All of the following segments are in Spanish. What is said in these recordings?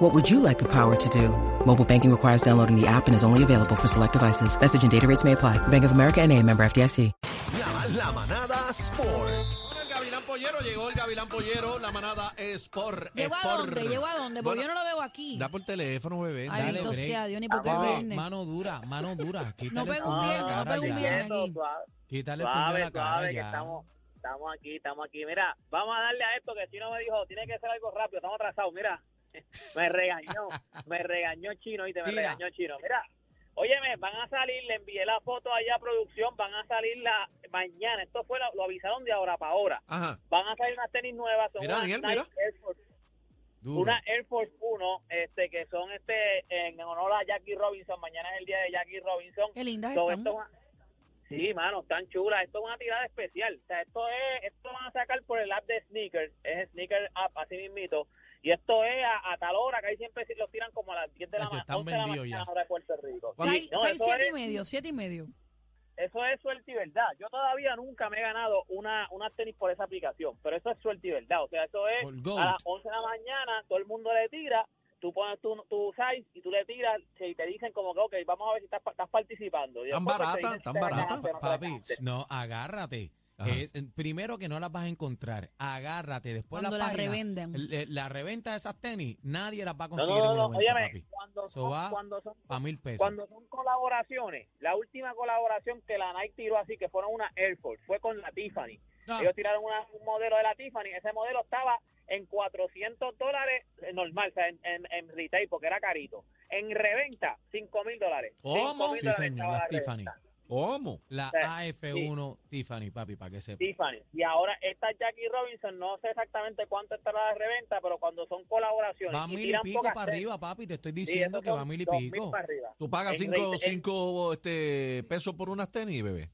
What would you like the power to do? Mobile banking requires downloading the app and is only available for select devices. Message and data rates may apply. Bank of America and a member FDIC. La, la manada Sport. Con el Gavilán Pollero, llegó el Gavilán Pollero, la manada Sport. ¿Llegó a Sport. dónde? ¿Llegó a dónde? Porque Bueno, yo no lo veo aquí. Da por teléfono, bebé. Ah, Ay, dale, bendito break. sea Dios, ni porque es Vamos. viernes. Ah, Mano dura, mano dura. Quítale No pego el un puño a viernes, la no cara pego un ya. viernes aquí. Suave, Quítale el puño a suave, la cara suave, que ya. estamos, estamos aquí, estamos aquí. Mira, vamos a darle a esto que si no me dijo, tiene que ser algo rápido, estamos atrasados, mira. Me regañó, me regañó Chino, y te me Mira. regañó Chino. Mira, óyeme, van a salir, le envié la foto allá a producción, van a salir la mañana, esto fue, lo, lo avisaron de ahora para ahora. Ajá, Van a salir unas tenis nuevas, son Mira, unas Daniel, Nike mira. Air Force Duro. una Air Force 1 este, que son este en honor a Jackie Robinson. Mañana es el día de Jackie Robinson. Qué lindas So, están. esto va- sí, mano, están chulas. Esto es una tirada especial. O sea, esto es, esto lo van a sacar por el app de Sneakers. Es Sneaker App, así mismito. Y esto es a, a tal hora que ahí siempre los tiran como a las 10 de la, Nacho, ma- están 11 de la vendidos mañana ya. hora de Puerto Rico. Seis, No, seis, eso siete y es- medio, siete y medio. eso es suerte y verdad. Yo todavía nunca me he ganado una, una tenis por esa aplicación, pero eso es suerte y verdad. O sea, eso es Por Goat. a las 11 de la mañana, todo el mundo le tira, tú pones tu, tu size y tú le tiras y te dicen como que, ok, vamos a ver si estás, pa- estás participando. Y Tan después, pues, te barata, dicen si tan te barata. ganaste o no te Papi, ganaste. no, agárrate. Ajá. Es- primero que no las vas a encontrar, agárrate. Después Cuando la las página, revendan. le- La, reventa de esas tenis, nadie las va a No, conseguir no, no, no, en 1.90, óyeme, papi. cuando Eso son- va cuando son A mil pesos. Cuando son colaboraciones, la última colaboración que la Nike tiró así, que fueron una Air Force, fue con la Tiffany. Ah. Ellos tiraron una- un modelo de la Tiffany, ese modelo estaba en 400 dólares eh, normal, o sea, en, en, en retail, porque era carito. En reventa, 5 mil dólares. ¿Cómo? 5,000 Sí, dólares señor, estaba las la Tiffany. reventa. ¿cómo? La Sí. AF1 Tiffany, papi, para que sepa. Tiffany. Y ahora esta Jackie Robinson, no sé exactamente cuánto estará la reventa, pero cuando son colaboraciones. Va y mil y tiran pico pocas para tenis, arriba, papi. Te estoy sí, diciendo esos que va son mil y 2,000 pico. para arriba. Tú pagas En cinco, retail- cinco este, pesos por unas tenis, bebé.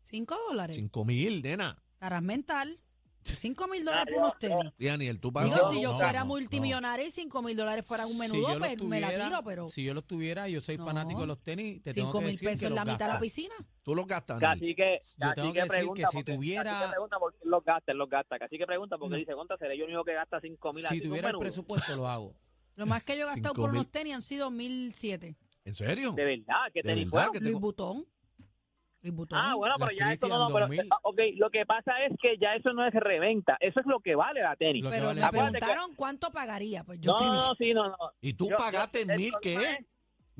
Cinco dólares. Cinco mil, nena. Tarás mental. Cinco mil dólares Ah, por unos tenis. Y Daniel, tú pagas. Digo, No, si yo no, fuera no, multimillonaria y cinco mil dólares fuera un Si menudo, yo los pues me la tuviera- tiro, pero Si yo los tuviera, yo soy No. fanático de los tenis. Te tengo cinco que mil decir pesos que en la los mitad de la gasto. piscina. no. Tú los gastas, Daniel. Casi que, Yo tengo casi que que decir que pregunta, si porque- tuviera- casi que pregunta por qué los gasta, él los gasta. Casi que pregunta porque No. dice, contra seré yo el único que gasta 5 mil Si tuviera el presupuesto, lo hago. Lo más que yo he gastado Cinco por mil. unos tenis han sido mil siete. ¿En serio? De verdad, que De te verdad que Luis tengo- Butón. Luis Butón. Ah, bueno, pero Las ya esto no, no, pero, Christian 2000. ah, ok, lo que pasa es que ya eso no es reventa, eso es lo que vale la tenis. Lo que pero vale me la pena. Acuérdate que- preguntaron cuánto pagaría. Pues yo No, te no, no, dije, sí, no, no. ¿Y tú Yo- pagaste yo- mil eso qué? no es-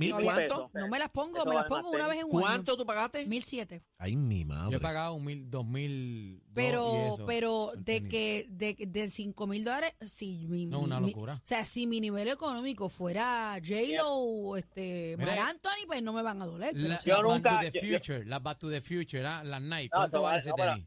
¿Mil no, cuánto? no me las pongo, Eso me las vale más pongo una tenis. vez en un ¿Cuánto tú pagaste? año. Mil siete. Ay, mi madre. Yo he pagado un mil, dos mil. dos y Pero, eso pero por de tenis. que de, de 5 mil dólares, si mi, No, mi- una mi- locura. o sea, si mi nivel económico fuera J-Lo o este, Mira, eh, Mar Anthony, pues no me van a doler. pero La- sí. Yo Las Back to nunca- yo- the yo- Future, las Back to the Future, ah, las Nike. No, ¿Cuánto eso vale vale- ese no, pero- tenis?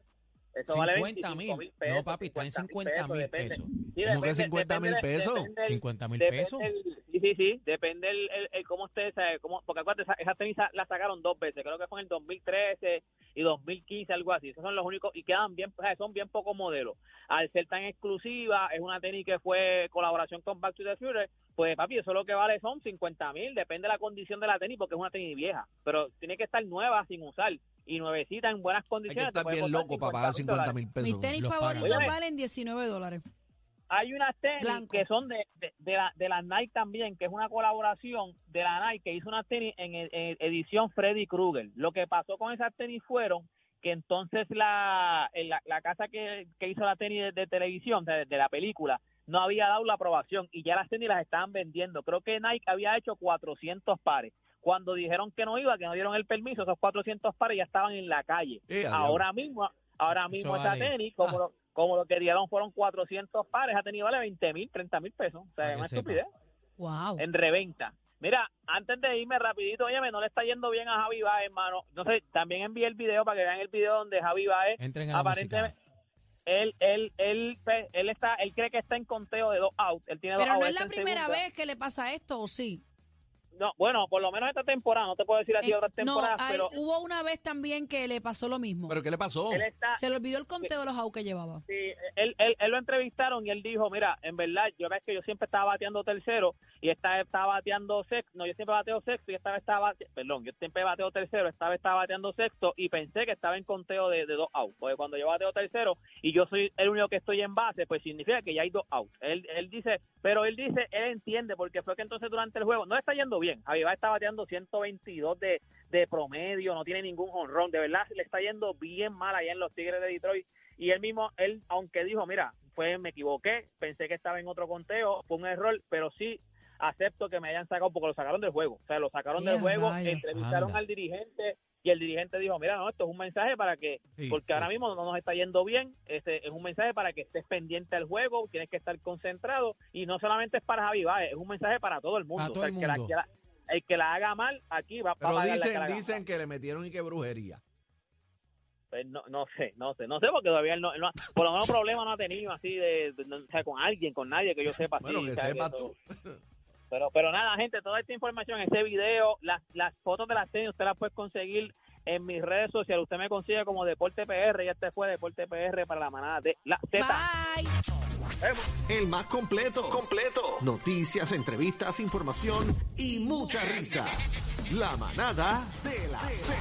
Eso vale 50 mil. 25 mil pesos. No, papi, está en 50 mil depende. pesos. Sí, ¿Cómo que depende- 50 mil depende- pesos? depende- 50 mil depende pesos. el- sí, sí, sí. Depende el, el- el cómo usted sabe. Cómo, porque acuérdate, esa, esa tenis la sacaron dos veces. Creo que fue en el 2013 y 2015, algo así. Esos son los únicos. Y quedan bien, o sea, son bien pocos modelos. Al ser tan exclusiva, es una tenis que fue colaboración con Back to the Future. Pues, papi, eso lo que vale son 50 mil. Depende de la condición de la tenis, porque es una tenis vieja. Pero tiene que estar nueva, sin usar. Y nuevecita en buenas Hay que condiciones. te estar puede bien costar loco para pagar 50 dólares. mil pesos. Mis tenis los pagan. favoritos Oye. valen 19 dólares. Hay unas tenis Blanco. que son de, de, de la, de la Nike también, que es una colaboración de la Nike, que hizo unas tenis en, e- en edición Freddy Krueger. Lo que pasó con esas tenis fueron que entonces la, en la, la casa que, que hizo la tenis de, de televisión, de, de la película, no había dado la aprobación y ya las tenis las estaban vendiendo. Creo que Nike había hecho 400 pares. Cuando dijeron que no iba, que no dieron el permiso, esos 400 pares ya estaban en la calle. Eh, adiós. ahora mismo, ahora Eso mismo esa vale. tenis, como, Ah. lo, como lo que dieron fueron 400 pares, ha tenido vale 20 mil, 30 mil pesos. O sea, Para que es una sepa. estupidez. Wow. En reventa. Mira, antes de irme rapidito, oye, no le está yendo bien a Javi Baez, hermano. No sé, también envié el video para que vean el video donde Javi Baez, Entren a la aparentemente, música. él, él, él, pe- él, está, él cree que está en conteo de dos outs. Él tiene Pero dos no outs, es la está en primera este segunda. vez que le pasa esto, ¿o sí? No, bueno, por lo menos esta temporada, no te puedo decir así Eh, otras no, temporadas, hay- pero hubo una vez también que le pasó lo mismo. ¿Pero qué le pasó? él está, Se le olvidó el conteo de los outs que llevaba. Sí, él, él, él lo entrevistaron y él dijo, mira, en verdad, yo ves que yo siempre estaba bateando tercero y esta vez estaba bateando sexto, no, yo siempre bateo sexto y esta vez estaba, bate- perdón, yo siempre bateo tercero, esta vez estaba bateando sexto y pensé que estaba en conteo de, de dos outs, porque cuando yo bateo tercero y yo soy el único que estoy en base, pues significa que ya hay dos outs. Él, él dice, pero él dice, él entiende, porque fue que entonces durante el juego, no le está yendo bien, Javier está bateando 122 de, de promedio, no tiene ningún honrón, de verdad le está yendo bien mal allá en los Tigres de Detroit y él mismo, él, aunque dijo, mira, fue, me equivoqué, pensé que estaba en otro conteo, fue un error, pero sí acepto que me hayan sacado, porque lo sacaron del juego, o sea, lo sacaron del Mira, juego, vaya. entrevistaron Anda. al dirigente y el dirigente dijo, mira, no, esto es un mensaje para que, Sí, porque ahora sí, sí. mismo no nos está yendo bien, este es un mensaje para que estés pendiente al juego, tienes que estar concentrado y no solamente es para Javi Baez, es un mensaje para todo el mundo. Para O todo sea, el el que la- mundo. que la- el que la haga mal, aquí va va a Pero pagar la que la dicen, haga dicen mal. que le metieron y que brujería. Pues no, no sé, no sé, no sé porque todavía él no, él no ha- por lo menos problema no ha tenido así de, de- no- o sea, con alguien, con nadie que yo sepa. así, Bueno, que o sea, sepas eso- tú. Pero, pero nada, gente, toda esta información, este video, las, las fotos de las tenis, usted las puede conseguir en mis redes sociales. Usted me consigue como Deporte PR y este fue Deporte PR para la manada de la Z. Bye. El más completo. Completo. Noticias, entrevistas, información y mucha risa. La manada de la Z.